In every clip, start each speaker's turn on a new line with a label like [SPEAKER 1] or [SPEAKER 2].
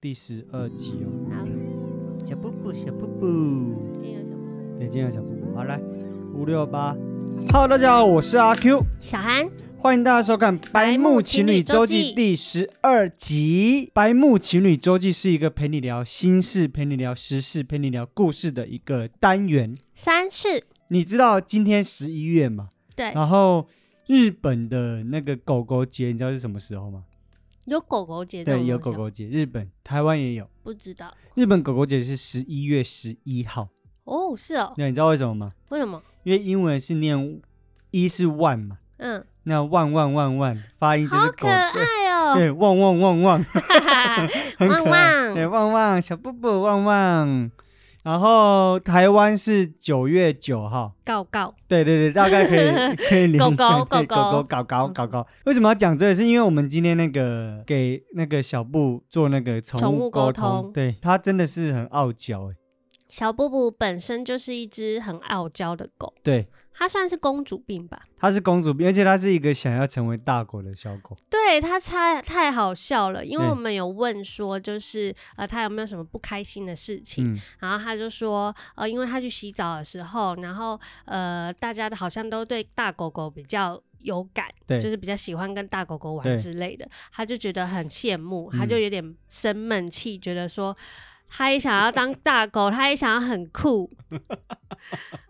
[SPEAKER 1] 第十二集哦。
[SPEAKER 2] 好，
[SPEAKER 1] 小布布，小布布，
[SPEAKER 2] 今天有什么？
[SPEAKER 1] 对，今天有小布布。好，来五六八。Hello，大家好，我是阿 Q，
[SPEAKER 2] 小韩，
[SPEAKER 1] 欢迎大家收看《白木情侣周记》第十二集。《白木情侣周记》是一个陪你聊心事、陪你聊时事、陪你聊故事的一个单元。
[SPEAKER 2] 三四
[SPEAKER 1] 你知道今天十一月吗？
[SPEAKER 2] 对，
[SPEAKER 1] 然后日本的那个狗狗节，你知道是什么时候吗？
[SPEAKER 2] 有狗狗节这种
[SPEAKER 1] 对，有狗
[SPEAKER 2] 东西啊，
[SPEAKER 1] 狗节，日本、台湾也有。
[SPEAKER 2] 不知道
[SPEAKER 1] 日本狗狗节是十一月十一号。
[SPEAKER 2] 哦，是哦，
[SPEAKER 1] 那你知道为什么吗？
[SPEAKER 2] 为什么？
[SPEAKER 1] 因为英文是念一是万嘛，
[SPEAKER 2] 嗯，
[SPEAKER 1] 那万万万万发音就是
[SPEAKER 2] 好
[SPEAKER 1] 狗
[SPEAKER 2] 可
[SPEAKER 1] 对
[SPEAKER 2] 爱哦，
[SPEAKER 1] 对，旺旺旺 旺，
[SPEAKER 2] 哈哈哈，
[SPEAKER 1] 很
[SPEAKER 2] 旺
[SPEAKER 1] 可爱。
[SPEAKER 2] 旺
[SPEAKER 1] 对，旺旺小布布旺旺。然后台湾是九月九号，
[SPEAKER 2] 告告，
[SPEAKER 1] 对对对，大概可 以可以联想
[SPEAKER 2] 狗狗嗯
[SPEAKER 1] 对
[SPEAKER 2] 狗
[SPEAKER 1] 狗狗
[SPEAKER 2] 狗
[SPEAKER 1] 狗狗狗狗。为什么要讲这个？是因为我们今天那个给那个小布做那个宠
[SPEAKER 2] 宠
[SPEAKER 1] 物
[SPEAKER 2] 物沟
[SPEAKER 1] 通，
[SPEAKER 2] 通
[SPEAKER 1] 对他真的是很傲娇哎，
[SPEAKER 2] 小布布本身就是一只很傲娇的狗，
[SPEAKER 1] 对，
[SPEAKER 2] 它算是公主病吧？
[SPEAKER 1] 他是公主病，而且他是一个想要成为大狗的小狗。
[SPEAKER 2] 对，它太太好笑了，因为
[SPEAKER 1] 嗯
[SPEAKER 2] 我们有问说，就是呃，它有没有什么不开心的事情？
[SPEAKER 1] 嗯，
[SPEAKER 2] 然后他就说，呃，因为他去洗澡的时候，然后呃，大家好像都对大狗狗比较有感，
[SPEAKER 1] 对
[SPEAKER 2] 就是比较喜欢跟大狗狗
[SPEAKER 1] 对
[SPEAKER 2] 玩之类的，他就觉得很羡慕，他
[SPEAKER 1] 嗯
[SPEAKER 2] 就有点生闷气，觉得说他也想要当大狗，他也想要很酷，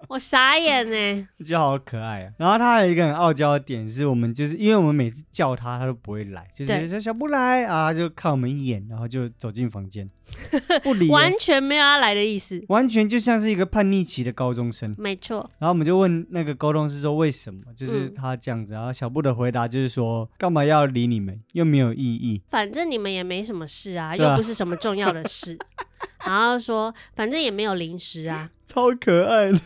[SPEAKER 2] 我傻眼呢、
[SPEAKER 1] 就好可爱啊。然后他还有一个很傲娇的点是，我们就是因为我们每次叫他，他都不会来，就是
[SPEAKER 2] 对
[SPEAKER 1] 说小布来啊，他就看我们一眼，然后就走进房 间，不理我，
[SPEAKER 2] 完全没有要来的意思。
[SPEAKER 1] 完全就像是一个叛逆期的高中生。
[SPEAKER 2] 没错，
[SPEAKER 1] 然后我们就问那个沟通师说为什么，就是
[SPEAKER 2] 嗯
[SPEAKER 1] 他这样子。然后小布的回答就是说，干嘛要理你们，又没有意义。
[SPEAKER 2] 反正你们也没什么事啊，
[SPEAKER 1] 对啊
[SPEAKER 2] 又不是什么重要的事。 然后说，反正也没有零食啊，
[SPEAKER 1] 超可爱的，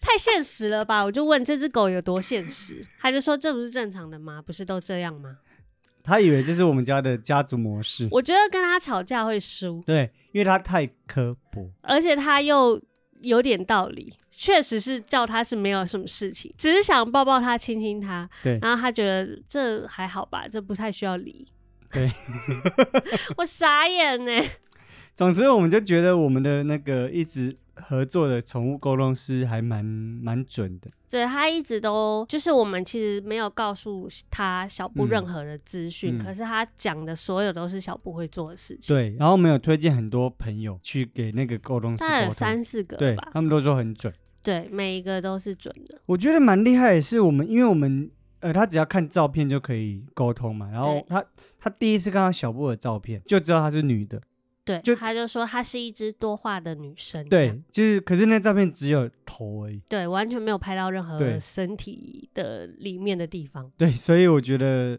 [SPEAKER 2] 太现实了吧？我就问这只狗有多现实，他就说这不是正常的吗？不是都这样吗？
[SPEAKER 1] 他以为这是我们家的家族模式，
[SPEAKER 2] 我觉得跟他吵架会输，
[SPEAKER 1] 对，因为他太刻薄，
[SPEAKER 2] 而且他又有点道理，确实是叫他是没有什么事情，只是想抱抱他、亲亲他，
[SPEAKER 1] 对
[SPEAKER 2] 然后他觉得这还好吧，这不太需要理。
[SPEAKER 1] 对，
[SPEAKER 2] 我傻眼呢、
[SPEAKER 1] 总之，我们就觉得我们的那个一直合作的宠物沟通师还蛮蛮准的。
[SPEAKER 2] 对他一直都就是我们其实没有告诉他小布
[SPEAKER 1] 嗯
[SPEAKER 2] 任何的资讯，
[SPEAKER 1] 嗯
[SPEAKER 2] 可是他讲的所有都是小布会做的事情。
[SPEAKER 1] 对，然后我们有推荐很多朋友去给那个沟通师
[SPEAKER 2] 大概
[SPEAKER 1] 沟
[SPEAKER 2] 有
[SPEAKER 1] 通，
[SPEAKER 2] 三四个
[SPEAKER 1] 对
[SPEAKER 2] 吧，
[SPEAKER 1] 他们都说很准。
[SPEAKER 2] 对，每一个都是准的。
[SPEAKER 1] 我觉得蛮厉害的是，我们因为我们呃，他只要看照片就可以沟通嘛。然后
[SPEAKER 2] 对
[SPEAKER 1] 他他第一次看到小布的照片，就知道她是女的。
[SPEAKER 2] 对，
[SPEAKER 1] 就
[SPEAKER 2] 他就说她是一只多话的女生，这样
[SPEAKER 1] 对，就是可是那照片只有头而已。
[SPEAKER 2] 对，完全没有拍到任
[SPEAKER 1] 对
[SPEAKER 2] 何身体的里面的地方。
[SPEAKER 1] 对，所以我觉得，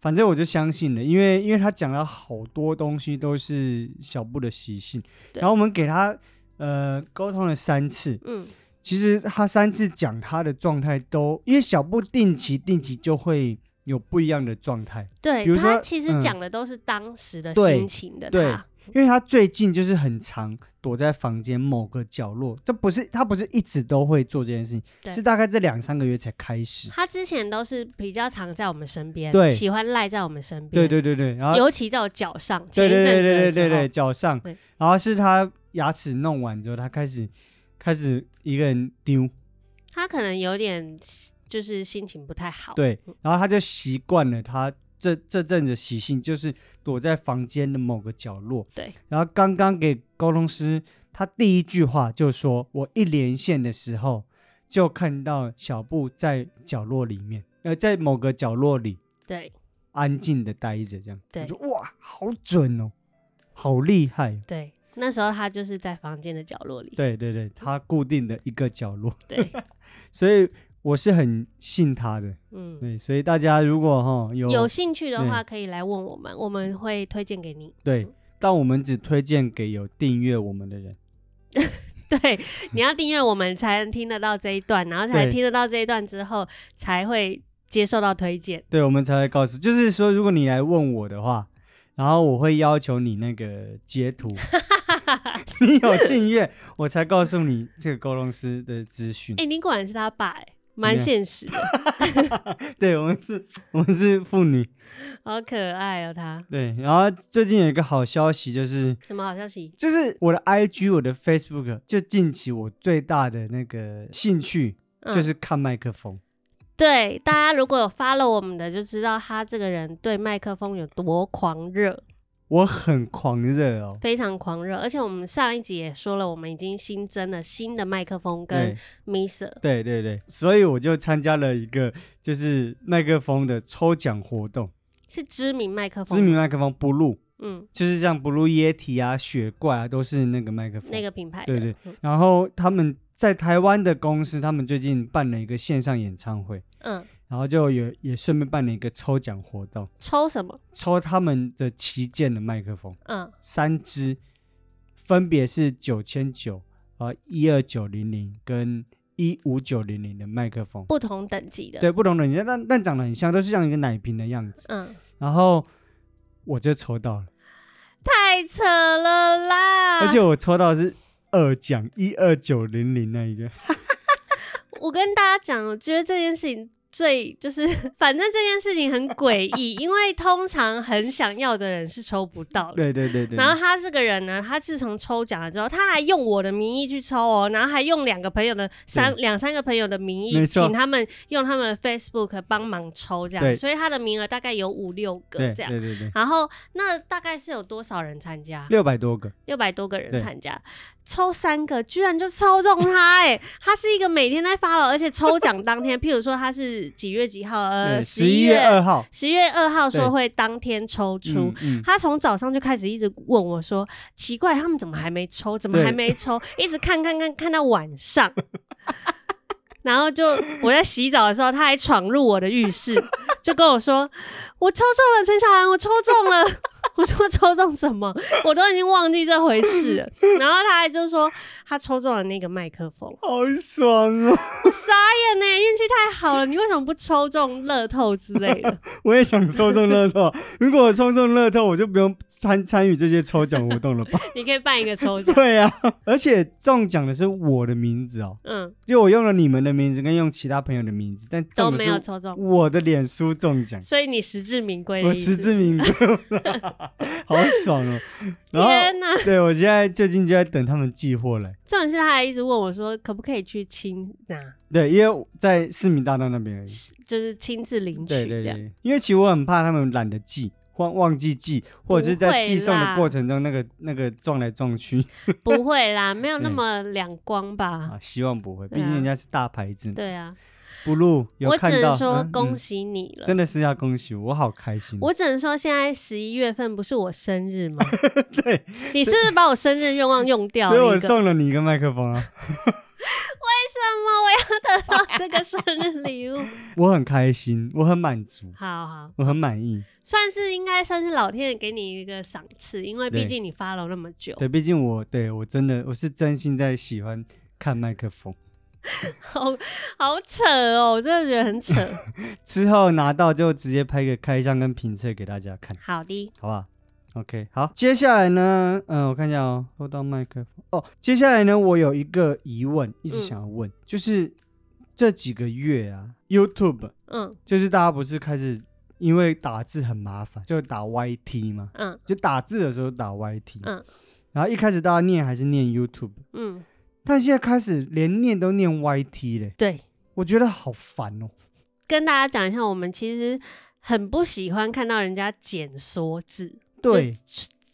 [SPEAKER 1] 反正我就相信了，因为因为他讲了好多东西都是小布的习性，
[SPEAKER 2] 对
[SPEAKER 1] 然后我们给他呃沟通了三次，
[SPEAKER 2] 嗯，
[SPEAKER 1] 其实他三次讲他的状态都，因为小布定期定期就会有不一样的状态，
[SPEAKER 2] 对
[SPEAKER 1] 比如，
[SPEAKER 2] 他
[SPEAKER 1] 说
[SPEAKER 2] 其
[SPEAKER 1] 嗯
[SPEAKER 2] 实讲的都是当时的
[SPEAKER 1] 对
[SPEAKER 2] 心情的
[SPEAKER 1] 对
[SPEAKER 2] 他。
[SPEAKER 1] 因为他最近就是很常躲在房间某个角落，这不是他不是一直都会做这件事情，
[SPEAKER 2] 对
[SPEAKER 1] 是大概这两三个月才开始，
[SPEAKER 2] 他之前都是比较常在我们身边，
[SPEAKER 1] 对
[SPEAKER 2] 喜欢赖在我们身
[SPEAKER 1] 对
[SPEAKER 2] 边，
[SPEAKER 1] 对对对，然后
[SPEAKER 2] 尤其在我脚上，
[SPEAKER 1] 对
[SPEAKER 2] 前一
[SPEAKER 1] 对对
[SPEAKER 2] 阵
[SPEAKER 1] 对
[SPEAKER 2] 子的
[SPEAKER 1] 对对
[SPEAKER 2] 时
[SPEAKER 1] 对，
[SPEAKER 2] 候，
[SPEAKER 1] 脚上
[SPEAKER 2] 对，
[SPEAKER 1] 然后是他牙齿弄完之后，他开始开始一个人丢，
[SPEAKER 2] 他可能有点就是心情不太好，
[SPEAKER 1] 对，然后他就习惯了他这这阵子习性，就是躲在房间的某个角落。
[SPEAKER 2] 对，
[SPEAKER 1] 然后刚刚给沟通师，他第一句话就说：“我一连线的时候，就看到小布在角落里面，呃，在某个角落里
[SPEAKER 2] 对
[SPEAKER 1] 安静的待着，这样。”
[SPEAKER 2] 对
[SPEAKER 1] 我说：“哇，好准哦，好厉害哦、
[SPEAKER 2] 对，那时候他就是在房间的角落里，
[SPEAKER 1] 对对对，他固定的一个角落，
[SPEAKER 2] 对，
[SPEAKER 1] 所以我是很信他的。
[SPEAKER 2] 嗯。
[SPEAKER 1] 对，所以大家如果哈 有嗯
[SPEAKER 2] 有兴趣的话，可以来问我们，我们会推荐给你。
[SPEAKER 1] 对，但我们只推荐给有订阅我们的人。
[SPEAKER 2] 对，你要订阅我们才能听得到这一段，然后才
[SPEAKER 1] 对
[SPEAKER 2] 听得到这一段之后，才会接受到推荐。
[SPEAKER 1] 对，我们才会告诉。就是说，如果你来问我的话，然后我会要求你那个截图，你有订阅，我才告诉你这个沟通师的资讯
[SPEAKER 2] 哎、。你果然是他爸哎、蛮现实的，
[SPEAKER 1] 对我们是，我们是妇女。
[SPEAKER 2] 好可爱哦、他。
[SPEAKER 1] 对，然后最近有一个好消息，就是
[SPEAKER 2] 什么好消息？
[SPEAKER 1] 就是我的 IG，我的 Facebook，就近期我最大的那个兴趣
[SPEAKER 2] 嗯
[SPEAKER 1] 就是看麦克风。
[SPEAKER 2] 对大家如果有 follow 我们的，就知道他这个人对麦克风有多狂热，
[SPEAKER 1] 我很狂热哦，
[SPEAKER 2] 非常狂热。而且我们上一集也说了，我们已经新增了新的麦克风跟
[SPEAKER 1] 对
[SPEAKER 2] Miser，
[SPEAKER 1] 对对对，所以我就参加了一个就是麦克风的抽奖活动，
[SPEAKER 2] 是知名麦克风，
[SPEAKER 1] 知名麦克风 Blue，
[SPEAKER 2] 嗯，
[SPEAKER 1] 就是像 Blue Yeti 啊、雪怪啊，都是那个麦克风。
[SPEAKER 2] 那个品牌的，
[SPEAKER 1] 对对
[SPEAKER 2] 嗯，
[SPEAKER 1] 然后他们在台湾的公司，他们最近办了一个线上演唱会，
[SPEAKER 2] 嗯，
[SPEAKER 1] 然后就也也顺便办了一个抽奖活动，
[SPEAKER 2] 抽什么？
[SPEAKER 1] 抽他们的旗舰的麦克风
[SPEAKER 2] 嗯，
[SPEAKER 1] 三支，分别是九千九、呃一二九零零跟一五九零零的麦克风。
[SPEAKER 2] 不同等级的，
[SPEAKER 1] 对，不同的人家，但但长得很像，都是像一个奶瓶的样子。
[SPEAKER 2] 嗯，
[SPEAKER 1] 然后我就抽到了，
[SPEAKER 2] 太扯了啦！
[SPEAKER 1] 而且我抽到的是二奖一二九零零那一个。
[SPEAKER 2] 我跟大家讲，我觉得这件事情最就是， 反正这件事情很诡 异，因为通常很想要的人是抽不到的。
[SPEAKER 1] 对对对对。
[SPEAKER 2] 然后他这个人呢，他自从抽奖了之后，他还用我的名义去抽哦，然后还用两个朋友的三两三个朋友的名义，
[SPEAKER 1] 没错
[SPEAKER 2] 请他们用他们的 Facebook 帮忙抽这
[SPEAKER 1] 对
[SPEAKER 2] 样，所以他的名额大概有五六
[SPEAKER 1] 对
[SPEAKER 2] 个这样。
[SPEAKER 1] 对对对，
[SPEAKER 2] 然后那大概是有多少人参加？
[SPEAKER 1] 六百多个。
[SPEAKER 2] 六百多个人
[SPEAKER 1] 对
[SPEAKER 2] 参加，抽三个居然就抽 中他、欸，哎，他是一个每天在发了，而且抽奖当天，譬如说他是几月几号，呃，
[SPEAKER 1] 十
[SPEAKER 2] 一
[SPEAKER 1] 一月二号
[SPEAKER 2] 十月二号
[SPEAKER 1] 对
[SPEAKER 2] 说会当天抽出。
[SPEAKER 1] 嗯嗯
[SPEAKER 2] 他从早上就开始一直问我说：“奇怪，他们怎么还没抽？怎么
[SPEAKER 1] 对
[SPEAKER 2] 还没抽？”一直看看看看到晚上， 然后就我在洗澡的时候，他还闯入我的浴室，就跟我说：“我抽中了，陈小涵，我抽中了。” 我说抽中什么？我都已经忘记这回事了。然后他还就说他抽中了那个麦克风，
[SPEAKER 1] 好爽哦！
[SPEAKER 2] 我傻眼呢、运气太好了，你为什么不抽中乐透之类的？
[SPEAKER 1] 我也想抽中乐透， 如果我抽中乐透，我就不用参参与这些抽奖活动了吧？
[SPEAKER 2] 你可以办一个 抽奖，
[SPEAKER 1] 对呀、啊而且中奖的是我的名字哦，
[SPEAKER 2] 嗯，
[SPEAKER 1] 就我用了你们的名字跟用其他朋友的名字，但
[SPEAKER 2] 都
[SPEAKER 1] 中的
[SPEAKER 2] 没有
[SPEAKER 1] 是
[SPEAKER 2] 抽中。
[SPEAKER 1] 我的脸书中奖，
[SPEAKER 2] 所以你实至名归的
[SPEAKER 1] 我
[SPEAKER 2] 意思
[SPEAKER 1] 实至 名归，好爽哦！然后，
[SPEAKER 2] 天哪！
[SPEAKER 1] 对我现在最近就在等他们寄货来，
[SPEAKER 2] 重点是他还一直问我说，可不可以去亲拿，
[SPEAKER 1] 对，因为我在市民大道那边而已。
[SPEAKER 2] 就是亲自领
[SPEAKER 1] 对
[SPEAKER 2] 取
[SPEAKER 1] 对
[SPEAKER 2] 这样。
[SPEAKER 1] 对，因为其实我很怕他们懒得寄，忘忘记寄，或者是
[SPEAKER 2] 不
[SPEAKER 1] 在
[SPEAKER 2] 会
[SPEAKER 1] 寄送的
[SPEAKER 2] 啦
[SPEAKER 1] 过程中，那个那个撞来撞去
[SPEAKER 2] 不 会啦，没有那
[SPEAKER 1] 嗯
[SPEAKER 2] 么两光吧？
[SPEAKER 1] 啊，希望不会，毕
[SPEAKER 2] 对
[SPEAKER 1] 竟
[SPEAKER 2] 啊
[SPEAKER 1] 人家是大牌子。
[SPEAKER 2] 对啊，
[SPEAKER 1] 不露有
[SPEAKER 2] 我只
[SPEAKER 1] 看到，
[SPEAKER 2] 能说
[SPEAKER 1] 嗯
[SPEAKER 2] 恭
[SPEAKER 1] 嗯
[SPEAKER 2] 喜你了。
[SPEAKER 1] 真的是要恭喜我，我好开心。
[SPEAKER 2] 我只能说，现在十一月份不是我生日吗？
[SPEAKER 1] 对，
[SPEAKER 2] 你是不是把我生日愿望用掉
[SPEAKER 1] 所
[SPEAKER 2] 了
[SPEAKER 1] 以
[SPEAKER 2] 一个？
[SPEAKER 1] 我送了你一个麦克风 啊，
[SPEAKER 2] 为什么我要得到 这个生日礼物？
[SPEAKER 1] 我很开心，我很满足，
[SPEAKER 2] 好好，
[SPEAKER 1] 我很满意。
[SPEAKER 2] 算是应该算是老天爷给你一个赏赐，因为
[SPEAKER 1] 对
[SPEAKER 2] 毕竟你发了那么久，
[SPEAKER 1] 对，毕竟我对我真的我是真心在喜欢看麦克风。
[SPEAKER 2] 好好扯哦，我真的觉得很扯。
[SPEAKER 1] 之后拿到就直接拍个开箱跟评测给大家看。
[SPEAKER 2] 好的，
[SPEAKER 1] 好吧？OK，好，接下来呢，嗯、我看一下哦，收到麦克风哦。接下来呢，我有一个疑问，一直
[SPEAKER 2] 嗯
[SPEAKER 1] 想要问，就是这几个月啊，YouTube
[SPEAKER 2] 嗯
[SPEAKER 1] 就是大家不是开始因为打字很麻烦，就打 YT 嘛，
[SPEAKER 2] 嗯
[SPEAKER 1] 就打字的时候打 YT，、
[SPEAKER 2] 嗯
[SPEAKER 1] 然后一开始大家念还是念 YouTube，
[SPEAKER 2] 嗯，
[SPEAKER 1] 但现在开始连念都念 YT 嘞，
[SPEAKER 2] 对，
[SPEAKER 1] 我觉得好烦哦。
[SPEAKER 2] 跟大家讲一下，我们其实很不喜欢看到人家简缩字，
[SPEAKER 1] 对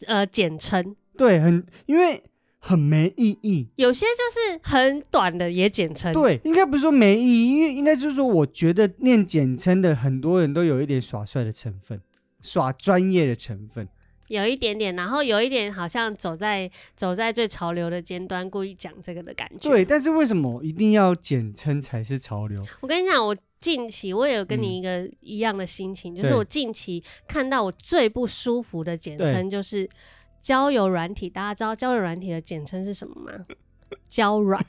[SPEAKER 2] 呃，简称。
[SPEAKER 1] 对，很因为很没意义。
[SPEAKER 2] 有些就是很短的也简称，
[SPEAKER 1] 对，应该不是说没意义，因为应该就是说，我觉得念简称的很多人都有一点耍帅的成分，耍专业的成分。
[SPEAKER 2] 有一点点，然后有一点好像走在走在最潮流的尖端，故意讲这个的感觉。
[SPEAKER 1] 对，，但是为什么一定要简称才是潮流？
[SPEAKER 2] 我跟你讲，我近期我也有跟
[SPEAKER 1] 嗯
[SPEAKER 2] 你一个一样的心情，就是
[SPEAKER 1] 对
[SPEAKER 2] 我近期看到我最不舒服的简
[SPEAKER 1] 对
[SPEAKER 2] 称就是交友软体。大家知道交友软体的简称是什么吗？胶软。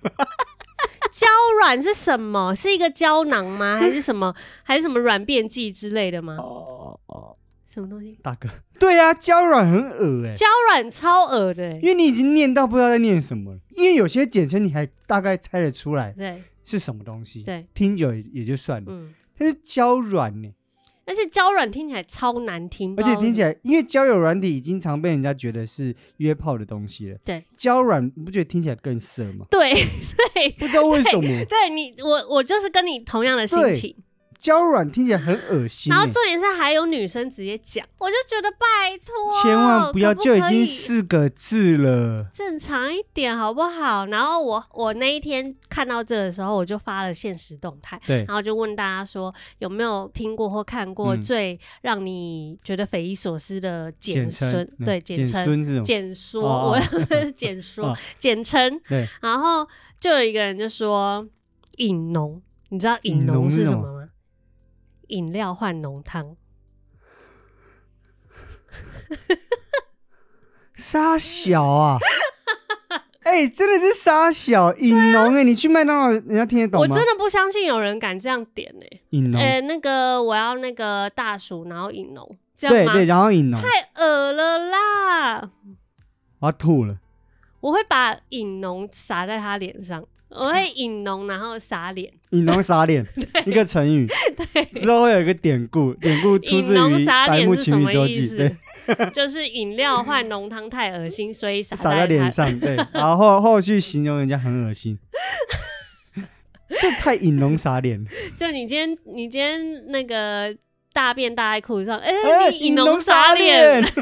[SPEAKER 2] 胶软是什么？是一个胶囊吗？还是什么？还是什么软便剂之类的吗？
[SPEAKER 1] 哦哦，
[SPEAKER 2] 什么东西？
[SPEAKER 1] 大哥，对啊，胶软很恶哎、
[SPEAKER 2] 胶软超恶的欸、
[SPEAKER 1] 因为你已经念到不知道在念什么了，因为有些简称你还大概猜得出来，
[SPEAKER 2] 对
[SPEAKER 1] 是什么东西，
[SPEAKER 2] 对，
[SPEAKER 1] 听久也也就算了，
[SPEAKER 2] 嗯，
[SPEAKER 1] 它是胶软呢、欸
[SPEAKER 2] 而且胶软听起来超难听，
[SPEAKER 1] 而且听起
[SPEAKER 2] 来
[SPEAKER 1] 来，因为交友软体已经常被人家觉得是约炮的东西了。
[SPEAKER 2] 对，
[SPEAKER 1] 交软你不觉得听起来更色吗？
[SPEAKER 2] 对 对
[SPEAKER 1] 不知道为什么，
[SPEAKER 2] 对，你我我就是跟你同样的心
[SPEAKER 1] 对
[SPEAKER 2] 情。
[SPEAKER 1] 交软听起来很恶心、
[SPEAKER 2] 然后
[SPEAKER 1] 欸。
[SPEAKER 2] 重点是还有女生直接讲，我就觉得拜托，
[SPEAKER 1] 千万不要，
[SPEAKER 2] 可可
[SPEAKER 1] 就已
[SPEAKER 2] 以
[SPEAKER 1] 经四个字了。
[SPEAKER 2] 正常一点好不好？然后我我那一天看到这的时候，我就发了现实动态，
[SPEAKER 1] 对，
[SPEAKER 2] 然后就问大家说有没有听过或看过
[SPEAKER 1] 嗯
[SPEAKER 2] 最让你觉得匪夷所思的简
[SPEAKER 1] 简
[SPEAKER 2] 称
[SPEAKER 1] 称？嗯
[SPEAKER 2] 对，简
[SPEAKER 1] 简
[SPEAKER 2] 称。
[SPEAKER 1] 孙这种，
[SPEAKER 2] 简说，
[SPEAKER 1] 哦
[SPEAKER 2] 我简说
[SPEAKER 1] 哦，
[SPEAKER 2] 简称。
[SPEAKER 1] 对，
[SPEAKER 2] 然后就有一个人就说饮浓，你知道饮
[SPEAKER 1] 饮浓
[SPEAKER 2] 浓
[SPEAKER 1] 是
[SPEAKER 2] 是什
[SPEAKER 1] 什
[SPEAKER 2] 么
[SPEAKER 1] 么
[SPEAKER 2] 吗？饮料换浓汤，
[SPEAKER 1] 沙小啊， 哎、真的是沙小隐农哎，你去麦当劳人家听得
[SPEAKER 2] 啊我
[SPEAKER 1] 懂吗
[SPEAKER 2] 真？的不相信有人敢这样点呢、
[SPEAKER 1] 隐农，
[SPEAKER 2] 呃，那个我要那个大薯，然后饮浓，这样
[SPEAKER 1] 对
[SPEAKER 2] 吗？
[SPEAKER 1] 对，然后隐农，
[SPEAKER 2] 太恶了啦！
[SPEAKER 1] 我要吐了。
[SPEAKER 2] 我会把饮浓撒在他脸上，我会饮浓然后撒脸，
[SPEAKER 1] 隐农撒 脸，一个成语，之后会有一个典故，典故 出
[SPEAKER 2] 饮
[SPEAKER 1] 自
[SPEAKER 2] 浓
[SPEAKER 1] 于《
[SPEAKER 2] 撒
[SPEAKER 1] 白
[SPEAKER 2] 脸
[SPEAKER 1] 木
[SPEAKER 2] 是什
[SPEAKER 1] 情
[SPEAKER 2] 么
[SPEAKER 1] 侣周
[SPEAKER 2] 意
[SPEAKER 1] 记》，对，
[SPEAKER 2] 思？ 就是饮料换浓汤太恶心，所以撒
[SPEAKER 1] 撒在脸
[SPEAKER 2] 他。
[SPEAKER 1] 上，对，然后后续形容人家很恶 心，这太隐农撒脸了，
[SPEAKER 2] 就你今天你今天那个大便大在裤子上，哎、
[SPEAKER 1] 哎
[SPEAKER 2] 你饮浓撒脸，
[SPEAKER 1] 脸，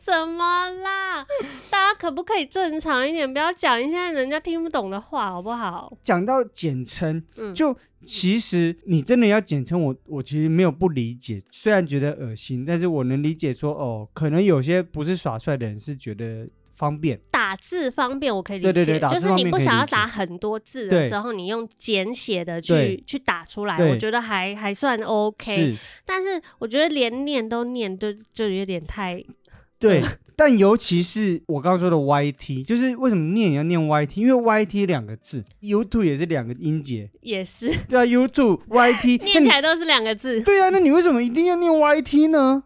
[SPEAKER 2] 什么啦？大家可不可以正常一点，不要讲一些人家听不懂的话，好不好？
[SPEAKER 1] 讲到简称，
[SPEAKER 2] 嗯，
[SPEAKER 1] 就其实你真的要简称我，我其实没有不理解，虽然觉得恶心，但是我能理解说，哦，可能有些不是耍帅的人是觉得方便，
[SPEAKER 2] 打字方便我可以理解，
[SPEAKER 1] 对对对打
[SPEAKER 2] 就
[SPEAKER 1] 字
[SPEAKER 2] 是
[SPEAKER 1] 方
[SPEAKER 2] 你
[SPEAKER 1] 面
[SPEAKER 2] 不
[SPEAKER 1] 可以
[SPEAKER 2] 想
[SPEAKER 1] 理
[SPEAKER 2] 要
[SPEAKER 1] 解
[SPEAKER 2] 打很多字的
[SPEAKER 1] 对
[SPEAKER 2] 时候，你用简写的去
[SPEAKER 1] 对
[SPEAKER 2] 去打出来，
[SPEAKER 1] 对
[SPEAKER 2] 我觉得还还算 OK。
[SPEAKER 1] 是
[SPEAKER 2] 但是我觉得连念都念，就就有点太
[SPEAKER 1] 对。但尤其是我刚刚说的 YT，就是为什么念也要念 YT，因为 YT 两个字，YouTube 也是两个音节，
[SPEAKER 2] 也是
[SPEAKER 1] 对啊，YouTube YT，那
[SPEAKER 2] 念
[SPEAKER 1] 你
[SPEAKER 2] 起来都是两个字。
[SPEAKER 1] 对啊，那你为什么一定要念 YT 呢？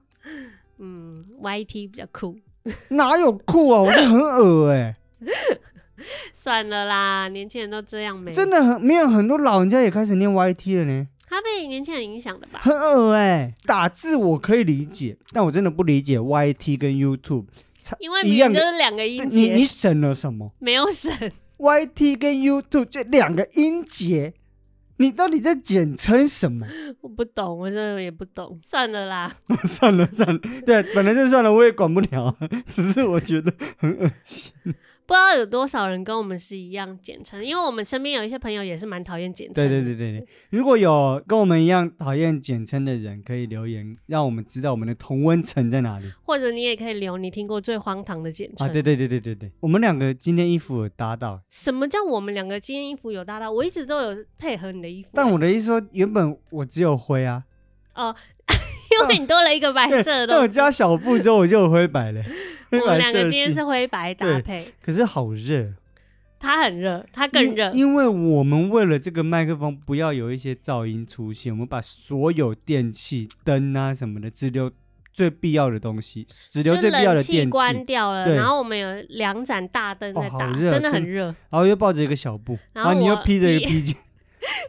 [SPEAKER 2] 嗯，YT 比较酷。
[SPEAKER 1] 哪有酷啊？我就很恶哎、
[SPEAKER 2] 算了啦，年轻人都这样没。
[SPEAKER 1] 真的很没有很多老人家也开始念 YT 了呢。
[SPEAKER 2] 他被年轻人影响的吧？
[SPEAKER 1] 很恶哎、打字我可以理解，但我真的不理解 YT 跟 YouTube 差
[SPEAKER 2] 因为
[SPEAKER 1] 一
[SPEAKER 2] 明
[SPEAKER 1] 样
[SPEAKER 2] 明就
[SPEAKER 1] 的。
[SPEAKER 2] 是两个音
[SPEAKER 1] 你你
[SPEAKER 2] 节，
[SPEAKER 1] 省了什么
[SPEAKER 2] 没有省。
[SPEAKER 1] ？YT 跟 YouTube 这两个音节，你到底在简称什 么？
[SPEAKER 2] 我不懂，我真的也不懂。算了啦，
[SPEAKER 1] 算了算了，对，本来就算了，我也管不了， 只是我觉得很恶心。
[SPEAKER 2] 不知道有多少人跟我们是一样简称，因为我们身边有一些朋友也是蛮讨厌简称。
[SPEAKER 1] 对对。对对对，如果有跟我们一样讨厌简称的人，可以留言让我们知道我们的同温层在哪里
[SPEAKER 2] 或者你也可以留你听过最荒唐的简称。
[SPEAKER 1] 啊！对对对对对对，我们两个今天衣服有搭到，
[SPEAKER 2] 什么叫我们两个今天衣服有搭到？我一直都有配合你的衣服欸，
[SPEAKER 1] 但我的意思说，原本我只有灰啊，
[SPEAKER 2] 因为你多了一个白色的
[SPEAKER 1] 但我
[SPEAKER 2] 东西。
[SPEAKER 1] 加小布之后我就有灰白 了，灰
[SPEAKER 2] 我们
[SPEAKER 1] 白
[SPEAKER 2] 两个
[SPEAKER 1] 色
[SPEAKER 2] 今天
[SPEAKER 1] 系
[SPEAKER 2] 是。灰白搭
[SPEAKER 1] 对
[SPEAKER 2] 配，
[SPEAKER 1] 可是好热，
[SPEAKER 2] 它很热，它更
[SPEAKER 1] 因
[SPEAKER 2] 热。
[SPEAKER 1] 因为我们为了这个麦克风不要有一些噪音出现，我们把所有电器、灯啊什么的只留最必要的东西，只留
[SPEAKER 2] 就
[SPEAKER 1] 最必要
[SPEAKER 2] 冷
[SPEAKER 1] 的
[SPEAKER 2] 气
[SPEAKER 1] 电器，
[SPEAKER 2] 关掉了，
[SPEAKER 1] 对
[SPEAKER 2] 然后我们有两盏大灯在
[SPEAKER 1] 哦好
[SPEAKER 2] 打，
[SPEAKER 1] 热
[SPEAKER 2] 真的很
[SPEAKER 1] 真
[SPEAKER 2] 热。
[SPEAKER 1] 然后又抱着一个小布，然
[SPEAKER 2] 然后
[SPEAKER 1] 后你又
[SPEAKER 2] 我
[SPEAKER 1] 披着一
[SPEAKER 2] 披
[SPEAKER 1] 个披肩，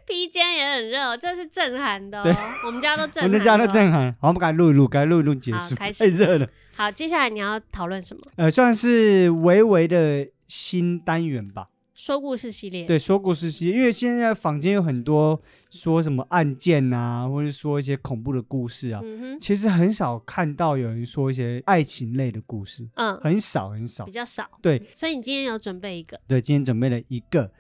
[SPEAKER 2] 披肩也很热，这是正寒的、
[SPEAKER 1] 对
[SPEAKER 2] 哦，我们家都 正
[SPEAKER 1] 我
[SPEAKER 2] 寒、哦。
[SPEAKER 1] 们家都震撼。好，我们赶快录一录，赶快录一录结
[SPEAKER 2] 好
[SPEAKER 1] 束，
[SPEAKER 2] 开
[SPEAKER 1] 太
[SPEAKER 2] 始
[SPEAKER 1] 热了。
[SPEAKER 2] 好，接下来你要讨论什么？
[SPEAKER 1] 呃，算是微微的新单元吧。
[SPEAKER 2] 说故事系列。
[SPEAKER 1] 对，说故事系列，因为现在坊间有很多说什么案件啊，或者说一些恐怖的故事啊，
[SPEAKER 2] 嗯哼，
[SPEAKER 1] 其实很少看到有人说一些爱情类的故事，
[SPEAKER 2] 嗯，
[SPEAKER 1] 很少很少
[SPEAKER 2] 比。较少。
[SPEAKER 1] 对，
[SPEAKER 2] 所以你今天有准备一个？
[SPEAKER 1] 对，今天准备了一个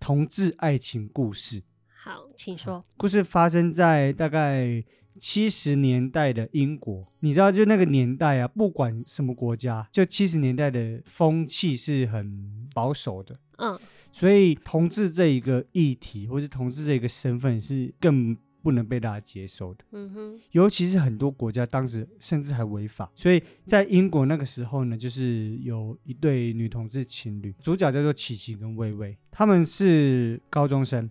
[SPEAKER 1] 同志爱情故事，
[SPEAKER 2] 好，请说。
[SPEAKER 1] 故事发生在大概七十年代的英国。你知道，就那个年代啊，不管什么国家，就七十年代的风气是很保守的。
[SPEAKER 2] 嗯，
[SPEAKER 1] 所以同志这一个议题，或是同志这一个身份，是更不能被大家接受的。
[SPEAKER 2] 嗯哼，
[SPEAKER 1] 尤其是很多国家当时甚至还违法，所以在英国那个时候呢，就是有一对女同志情侣，主角叫做琪琪跟薇薇，他们是高中生，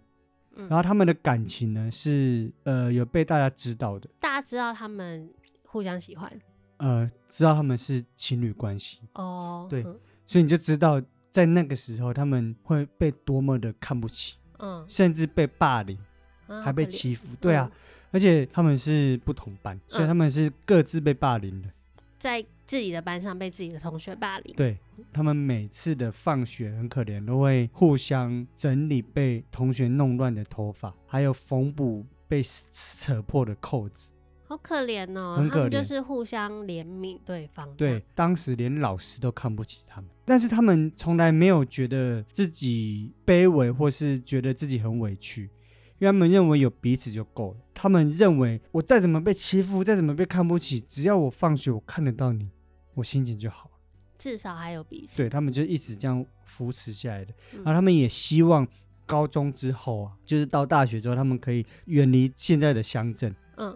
[SPEAKER 2] 嗯
[SPEAKER 1] 然后他们的感情呢是呃有被大家知道的，
[SPEAKER 2] 大家知道他们互相喜欢
[SPEAKER 1] 呃知道他们是情侣关系，
[SPEAKER 2] 哦。
[SPEAKER 1] 对
[SPEAKER 2] 嗯
[SPEAKER 1] 所以你就知道在那个时候他们会被多么的看不起，
[SPEAKER 2] 嗯，
[SPEAKER 1] 甚至被霸凌，
[SPEAKER 2] 啊
[SPEAKER 1] 还被
[SPEAKER 2] 好可怜
[SPEAKER 1] 欺负。对啊，而且他们是不同班，所以
[SPEAKER 2] 嗯
[SPEAKER 1] 他们是各自被霸凌的。
[SPEAKER 2] 在自己的班上被自己的同学霸凌，
[SPEAKER 1] 对他们每次的放学很可怜，都会互相整理被同学弄乱的头发，还有缝补被扯破的扣子。
[SPEAKER 2] 好可怜哦。
[SPEAKER 1] 很
[SPEAKER 2] 他们
[SPEAKER 1] 可
[SPEAKER 2] 就
[SPEAKER 1] 怜
[SPEAKER 2] 是互相怜悯对方。
[SPEAKER 1] 对，，当时连老师都看不起他们，但是他们从来没有觉得自己卑微，或是觉得自己很委屈，因为他们认为有彼此就够了。他们认为我再怎么被欺负，再怎么被看不起，只要我放学我看得到你，我心情就好了。
[SPEAKER 2] 至少还有彼此。
[SPEAKER 1] 对他们就一直这样扶持下来的。
[SPEAKER 2] 嗯
[SPEAKER 1] 然后他们也希望高中之后啊，就是到大学之后，他们可以远离现在的乡镇，
[SPEAKER 2] 嗯，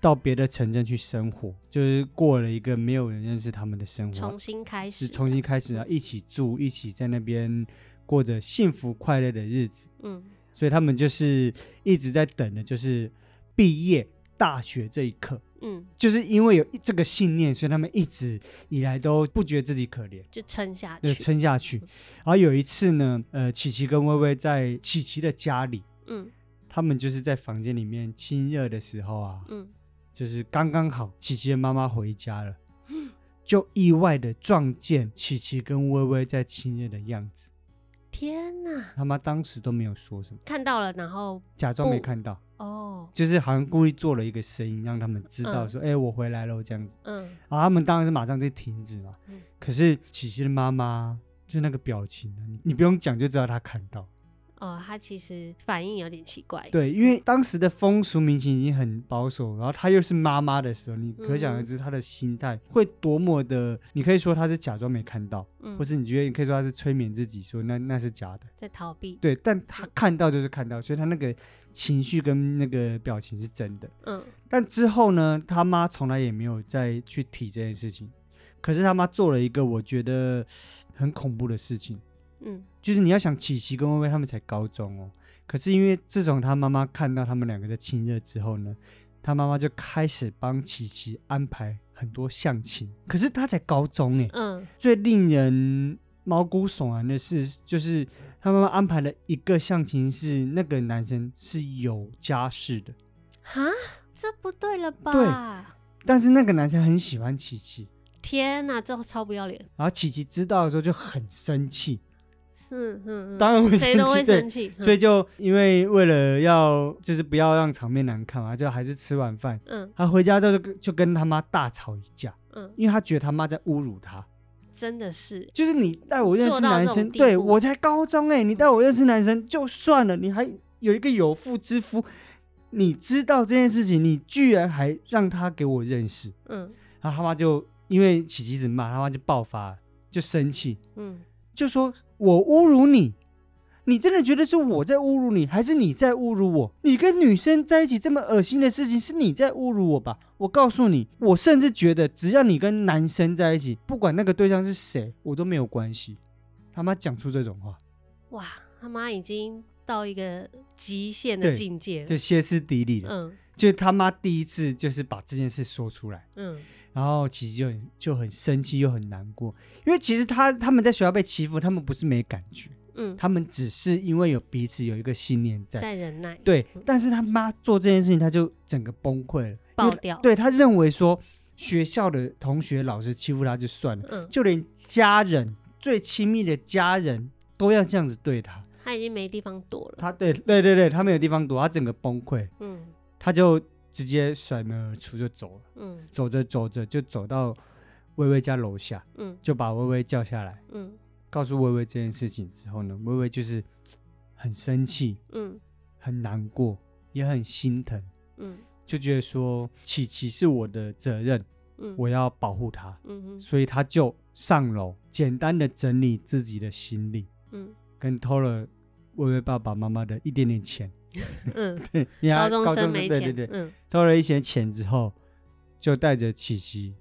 [SPEAKER 1] 到别的城镇去生活，就是过了一个没有人认识他们的生活
[SPEAKER 2] 重，新开
[SPEAKER 1] 是
[SPEAKER 2] 始。
[SPEAKER 1] 重新开始啊，一起住，一起在那边过着幸福快乐的日子。
[SPEAKER 2] 嗯
[SPEAKER 1] 所以他们就是一直在等的，就是毕业大学这一刻。
[SPEAKER 2] 嗯，
[SPEAKER 1] 就是因为有这个信念，所以他们一直以来都不觉得自己可怜。
[SPEAKER 2] 就撑下
[SPEAKER 1] 对，
[SPEAKER 2] 去。
[SPEAKER 1] 撑下去。然后有一次呢，呃，琪琪跟薇薇在琪琪的家里，
[SPEAKER 2] 嗯
[SPEAKER 1] 他们就是在房间里面亲热的时候啊，
[SPEAKER 2] 嗯，
[SPEAKER 1] 就是刚刚好，琪琪的妈妈回家了，
[SPEAKER 2] 嗯
[SPEAKER 1] 就意外的撞见琪琪跟薇薇在亲热的样子。
[SPEAKER 2] 天哪，
[SPEAKER 1] 他妈当时都没有说什么，
[SPEAKER 2] 看到了，然后
[SPEAKER 1] 假装没
[SPEAKER 2] 不
[SPEAKER 1] 看到，
[SPEAKER 2] 哦，
[SPEAKER 1] 就是好像故意做了一个声音，让他们知道
[SPEAKER 2] 嗯
[SPEAKER 1] 说，哎、我回来了这样子。
[SPEAKER 2] 嗯
[SPEAKER 1] 啊，他们当然是马上就停止嘛。
[SPEAKER 2] 嗯
[SPEAKER 1] 可是琪琪的妈妈就那个表情啊，你你不用讲就知道她看到。
[SPEAKER 2] 哦，他其实反应有点奇怪。
[SPEAKER 1] 对，因为当时的风俗民情已经很保守，然后她又是妈妈的时候，你可想而
[SPEAKER 2] 嗯
[SPEAKER 1] 知她的心态会多么的，你可以说她是假装没看到，
[SPEAKER 2] 嗯，
[SPEAKER 1] 或是你觉得你可以说她是催眠自己说那那是假的，
[SPEAKER 2] 在逃避。
[SPEAKER 1] 对，但她看到就是看到，所以她那个情绪跟那个表情是真的。
[SPEAKER 2] 嗯
[SPEAKER 1] 但之后呢，他妈从来也没有再去提这件事情，可是他妈做了一个我觉得很恐怖的事情。
[SPEAKER 2] 嗯
[SPEAKER 1] 就是你要想琪琪跟薇薇他们才高中哦，可是因为自从他妈妈看到他们两个在亲热之后呢，他妈妈就开始帮琪琪安排很多相亲。可是他才高中哎，
[SPEAKER 2] 嗯
[SPEAKER 1] 最令人毛骨悚然的是，就是他妈妈安排了一个相亲是那个男生是有家室的，
[SPEAKER 2] 哈，这不对了吧？
[SPEAKER 1] 但是那个男生很喜欢琪琪，
[SPEAKER 2] 天哪，这超不要脸！
[SPEAKER 1] 然后琪琪知道的时候就很生气，
[SPEAKER 2] 是，嗯，嗯
[SPEAKER 1] 当然会
[SPEAKER 2] 谁都
[SPEAKER 1] 生
[SPEAKER 2] 会
[SPEAKER 1] 气，对
[SPEAKER 2] 生，气，
[SPEAKER 1] 所以就因为为了要就是不要让场面难看嘛，就还是吃晚饭。
[SPEAKER 2] 嗯
[SPEAKER 1] 他回家之后就跟就跟他妈大吵一架，
[SPEAKER 2] 嗯，
[SPEAKER 1] 因为他觉得他妈在侮辱他。
[SPEAKER 2] 真的是，
[SPEAKER 1] 就是你带我认识男
[SPEAKER 2] 做到这
[SPEAKER 1] 生，
[SPEAKER 2] 种地步
[SPEAKER 1] 对我才高中哎、你带我认识男生就算了，你还有一个有妇之夫，你知道这件事情，你居然还让他给我认识。
[SPEAKER 2] 嗯
[SPEAKER 1] 然后他妈就因为琪琪一直骂，他妈就爆发了，就生气，
[SPEAKER 2] 嗯
[SPEAKER 1] 就说我侮辱你，你真的觉得是我在侮辱你，还是你在侮辱我？你跟女生在一起这么恶心的事情，是你在侮辱我吧？我告诉你，我甚至觉得只要你跟男生在一起，不管那个对象是谁，我都没有关系。他妈讲出这种话，
[SPEAKER 2] 哇，他妈已经到一个极限
[SPEAKER 1] 对
[SPEAKER 2] 的境界了
[SPEAKER 1] 就。歇斯底里了，
[SPEAKER 2] 嗯
[SPEAKER 1] 就他妈第一次就是把这件事说出来。
[SPEAKER 2] 嗯
[SPEAKER 1] 然后其实就很就很生气又很难过，因为其实他他们在学校被欺负，他们不是没感觉，
[SPEAKER 2] 嗯，
[SPEAKER 1] 他们只是因为有彼此有一个信念在，
[SPEAKER 2] 在忍耐，
[SPEAKER 1] 对，但是他妈做这件事情，他就整个崩溃了，
[SPEAKER 2] 爆
[SPEAKER 1] 因为
[SPEAKER 2] 掉
[SPEAKER 1] 对他认为说学校的同学、老师欺负他就算了，
[SPEAKER 2] 嗯，
[SPEAKER 1] 就连家人最亲密的家人都要这样子对他。
[SPEAKER 2] 他已经没地方躲了。
[SPEAKER 1] 他对对对对，他没有地方躲，他整个崩溃，
[SPEAKER 2] 嗯
[SPEAKER 1] 他就直接甩门而出就走了。
[SPEAKER 2] 嗯
[SPEAKER 1] 走着走着就走到薇薇家楼下，
[SPEAKER 2] 嗯
[SPEAKER 1] 就把薇薇叫下来，
[SPEAKER 2] 嗯
[SPEAKER 1] 告诉薇薇这件事情之后呢，薇薇就是很生气、
[SPEAKER 2] 嗯
[SPEAKER 1] 很难过，也很心疼。
[SPEAKER 2] 嗯
[SPEAKER 1] 就觉得说琪琪是我的责任，
[SPEAKER 2] 嗯，
[SPEAKER 1] 我要保护她，
[SPEAKER 2] 嗯嗯
[SPEAKER 1] 所以他就上楼，简单的整理自己的行李，
[SPEAKER 2] 嗯
[SPEAKER 1] 跟偷了薇薇爸爸妈妈的一点点钱，
[SPEAKER 2] 嗯，
[SPEAKER 1] 你
[SPEAKER 2] 高
[SPEAKER 1] 看
[SPEAKER 2] 中生没
[SPEAKER 1] 对
[SPEAKER 2] 钱
[SPEAKER 1] 对，对，
[SPEAKER 2] 嗯
[SPEAKER 1] 偷了一些钱之后，就带着琪琪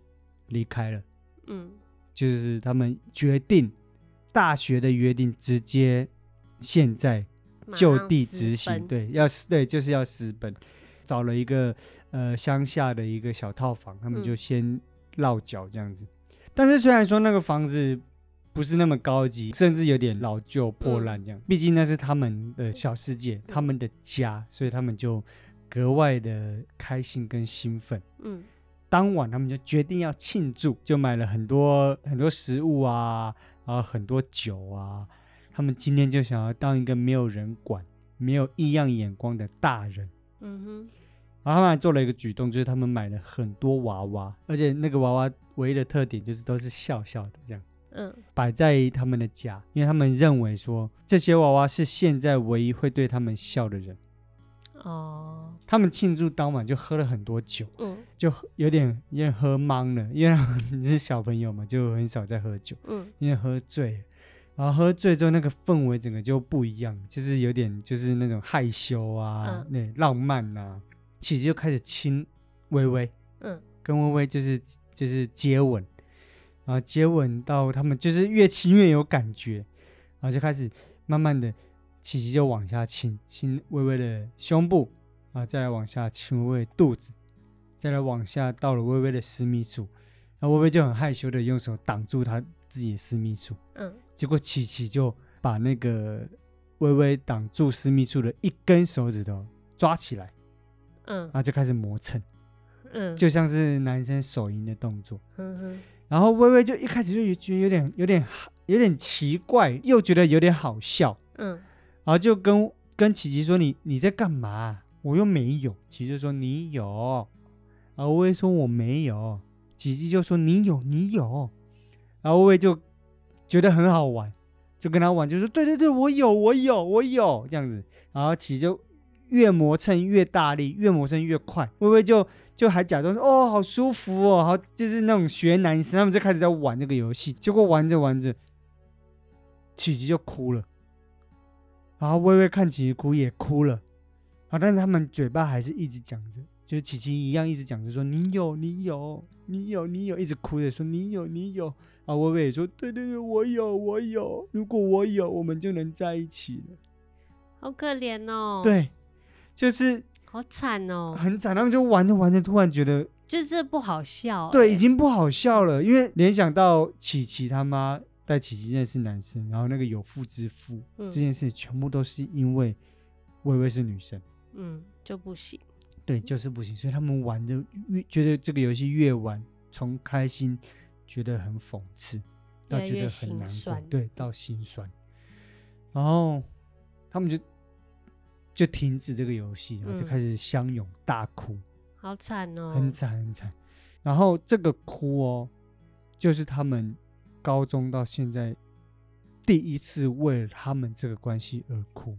[SPEAKER 1] 离开了，
[SPEAKER 2] 嗯
[SPEAKER 1] 就是他们决定大学的约定直接现在
[SPEAKER 2] 马
[SPEAKER 1] 就
[SPEAKER 2] 上
[SPEAKER 1] 地
[SPEAKER 2] 私
[SPEAKER 1] 执行，
[SPEAKER 2] 奔，
[SPEAKER 1] 对，要私对就是要私奔，找了一个呃乡下的一个小套房，他们
[SPEAKER 2] 嗯
[SPEAKER 1] 就先落脚这样子。但是虽然说那个房子不不是那么高级，甚至有点老
[SPEAKER 2] 嗯
[SPEAKER 1] 旧破烂这样。毕竟那是他们的小世界，他们的家，所以他们就格外的开心跟兴奋。
[SPEAKER 2] 嗯
[SPEAKER 1] 当晚他们就决定要庆祝，就买了很多很多食物啊，然后很多酒啊。他们今天就想要当一个没有人管、没有异样眼光的大人。
[SPEAKER 2] 嗯哼，
[SPEAKER 1] 然后他们还做了一个举动，就是他们买了很多娃娃，而且那个娃娃唯一的特点就是都是笑笑的这样。
[SPEAKER 2] 嗯
[SPEAKER 1] 摆在他们的家，因为他们认为说这些娃娃是现在唯一会对他们笑的人。
[SPEAKER 2] 哦，
[SPEAKER 1] 他们庆祝当晚就喝了很多酒，
[SPEAKER 2] 嗯
[SPEAKER 1] 就有点有点喝懵了，因为他们是小朋友嘛， 就很少在喝酒，
[SPEAKER 2] 嗯
[SPEAKER 1] 因为喝醉了。然后喝醉之后，那个氛围整个就不一样，就是有点就是那种害羞啊
[SPEAKER 2] 嗯，
[SPEAKER 1] 那、浪漫啊，琪琪就开始亲微微，
[SPEAKER 2] 嗯
[SPEAKER 1] 跟微微就是就是接吻，然后接吻到他们就是越亲越有感觉，然后就开始慢慢的，琪琪就往下亲亲微微的胸部，啊，再来往下亲微微的肚子，再来往下到了微微的私密处，然后微微就很害羞的用手挡住她自己的私密处，
[SPEAKER 2] 嗯
[SPEAKER 1] 结果琪琪就把那个微微挡住私密处的一根手指头抓起来，
[SPEAKER 2] 嗯
[SPEAKER 1] 然后就开始磨蹭，
[SPEAKER 2] 嗯，
[SPEAKER 1] 啊就像是男生手淫的动作。
[SPEAKER 2] 嗯哼
[SPEAKER 1] 然后微微就一开始就有觉得有点有点有点奇怪，又觉得有点好笑，
[SPEAKER 2] 嗯
[SPEAKER 1] 然后就跟跟琪琪说：“你你在干嘛啊？我又没有。”琪琪就说：“你有。”然后微微说：“我没有。”琪琪就说：“你有，你有。”然后微微就觉得很好玩，就跟他玩，就说：“对对对，我有，我有，我有。”这样子，然后琪琪就越磨蹭越大力，越磨蹭越快。微微就就还假装说：“哦，好舒服哦，好，就是那种学男生，他们就开始在玩这个游戏。”结果玩着玩着，琪琪就哭了。然后微微看琪琪哭也哭了，啊，但是他们嘴巴还是一直讲着，就是琪琪一样一直讲着说你有你有你有你有，一直哭着说你有你有，啊，微微也说对对对，我有我有，如果我有，我们就能在一起了。
[SPEAKER 2] 好可怜哦，，
[SPEAKER 1] 对，啊就是
[SPEAKER 2] 好惨哦，
[SPEAKER 1] 很惨，他们就玩着玩着，突然觉得
[SPEAKER 2] 就这不好笑欸，
[SPEAKER 1] 对，已经不好笑了，因为联想到琪琪他妈带琪琪认识男生，然后那个有妇之夫
[SPEAKER 2] 嗯
[SPEAKER 1] 这件事，全部都是因为微微是女生。
[SPEAKER 2] 嗯就不行，嗯
[SPEAKER 1] 对，就是不行，所以他们玩的越觉得这个游戏越玩，从开心觉得很讽刺，
[SPEAKER 2] 越
[SPEAKER 1] 到
[SPEAKER 2] 来
[SPEAKER 1] 觉得
[SPEAKER 2] 越
[SPEAKER 1] 很
[SPEAKER 2] 心
[SPEAKER 1] 难过，
[SPEAKER 2] 酸嗯
[SPEAKER 1] 对，到心酸。然后他们就就停止这个游戏，然后就
[SPEAKER 2] 嗯
[SPEAKER 1] 开始相拥大哭，
[SPEAKER 2] 好惨哦，
[SPEAKER 1] 很惨很惨。然后这个哭哦，就是他们高中到现在第一次为了他们这个关系而哭。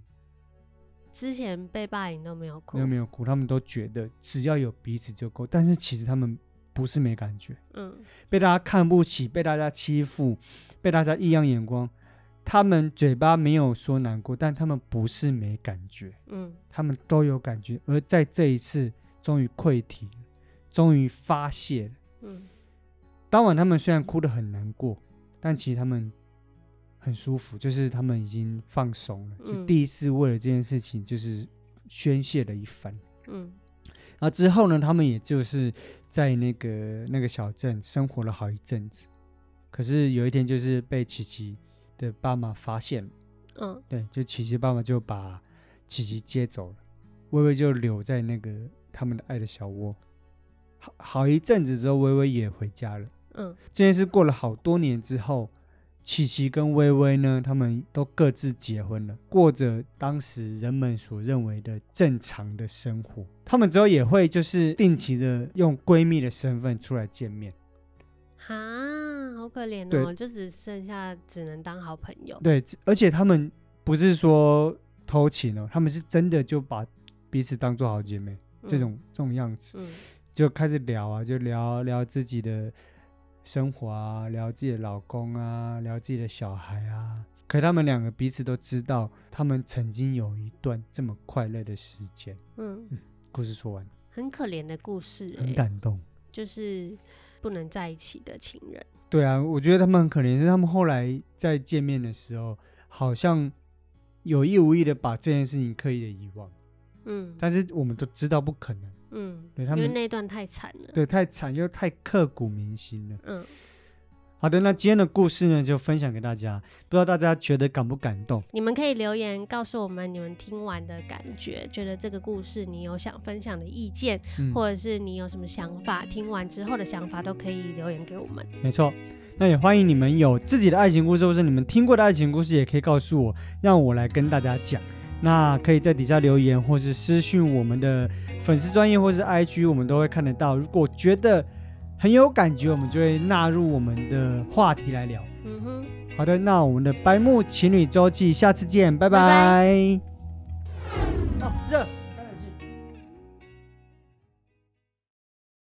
[SPEAKER 2] 之前被霸凌都没有哭，
[SPEAKER 1] 没有没有哭，他们都觉得只要有彼此就够。但是其实他们不是没感觉，
[SPEAKER 2] 嗯
[SPEAKER 1] 被大家看不起，被大家欺负，被大家异样眼光，他们嘴巴没有说难过，但他们不是没感觉，
[SPEAKER 2] 嗯
[SPEAKER 1] 他们都有感觉。而在这一次，终于溃堤了，终于发泄了。
[SPEAKER 2] 嗯
[SPEAKER 1] 当晚他们虽然哭得很难过，但其实他们很舒服，就是他们已经放松了，就
[SPEAKER 2] 嗯
[SPEAKER 1] 第一次为了这件事情就是宣泄了一番。
[SPEAKER 2] 嗯
[SPEAKER 1] 然后之后呢，他们也就是在那个那个小镇生活了好一阵子。可是有一天，就是被琪琪的爸妈发现了，
[SPEAKER 2] 嗯
[SPEAKER 1] 对，就琪琪爸妈就把琪琪接走了，微微就留在那个他们的爱的小窝。好好一阵子之后，微微也回家了。
[SPEAKER 2] 嗯
[SPEAKER 1] 这件事过了好多年之后，琪琪跟微微呢，他们都各自结婚了，过着当时人们所认为的正常的生活。他们之后也会就是定期的用闺蜜的身份出来见面。
[SPEAKER 2] 哈，好可怜
[SPEAKER 1] 对
[SPEAKER 2] 哦，就只剩下只能当好朋友，
[SPEAKER 1] 对，而且他们不是说偷情哦，他们是真的就把彼此当做好姐妹这种这种样子，
[SPEAKER 2] 嗯
[SPEAKER 1] 就开始聊啊，就聊聊自己的生活啊，聊自己的老公啊，聊自己的小孩啊。可他们两个彼此都知道，他们曾经有一段这么快乐的时间。
[SPEAKER 2] 嗯嗯，
[SPEAKER 1] 故事说完，
[SPEAKER 2] 很可怜的故事
[SPEAKER 1] 很
[SPEAKER 2] 欸，
[SPEAKER 1] 感动。
[SPEAKER 2] 就是不能在一起的情人，
[SPEAKER 1] 对啊，我觉得他们很可怜，是他们后来在见面的时候，好像有意无意的把这件事情刻意的遗忘，
[SPEAKER 2] 嗯
[SPEAKER 1] 但是我们都知道不可能，
[SPEAKER 2] 嗯，
[SPEAKER 1] 对
[SPEAKER 2] 因
[SPEAKER 1] 他
[SPEAKER 2] 为
[SPEAKER 1] 们
[SPEAKER 2] 那段太惨了，
[SPEAKER 1] 对，太惨又太刻骨铭心了。
[SPEAKER 2] 嗯
[SPEAKER 1] 好的，那今天的故事呢，就分享给大家，不知道大家觉得感不感动？
[SPEAKER 2] 你们可以留言告诉我们你们听完的感觉，觉得这个故事你有想分享的意见，
[SPEAKER 1] 嗯，
[SPEAKER 2] 或者是你有什么想法，听完之后的想法都可以留言给我们。
[SPEAKER 1] 没错。那也欢迎你们有自己的爱情故事，或是你们听过的爱情故事，也可以告诉我，让我来跟大家讲。那可以在底下留言，或是私讯我们的粉丝专业，或是 IG，我们都会看得到。如果觉得很有感觉，我们就会纳入我们的话题来聊。
[SPEAKER 2] 嗯哼。
[SPEAKER 1] 好的，那我们的白木情侣周记，下次见，拜
[SPEAKER 2] 拜
[SPEAKER 1] 拜。哦，热。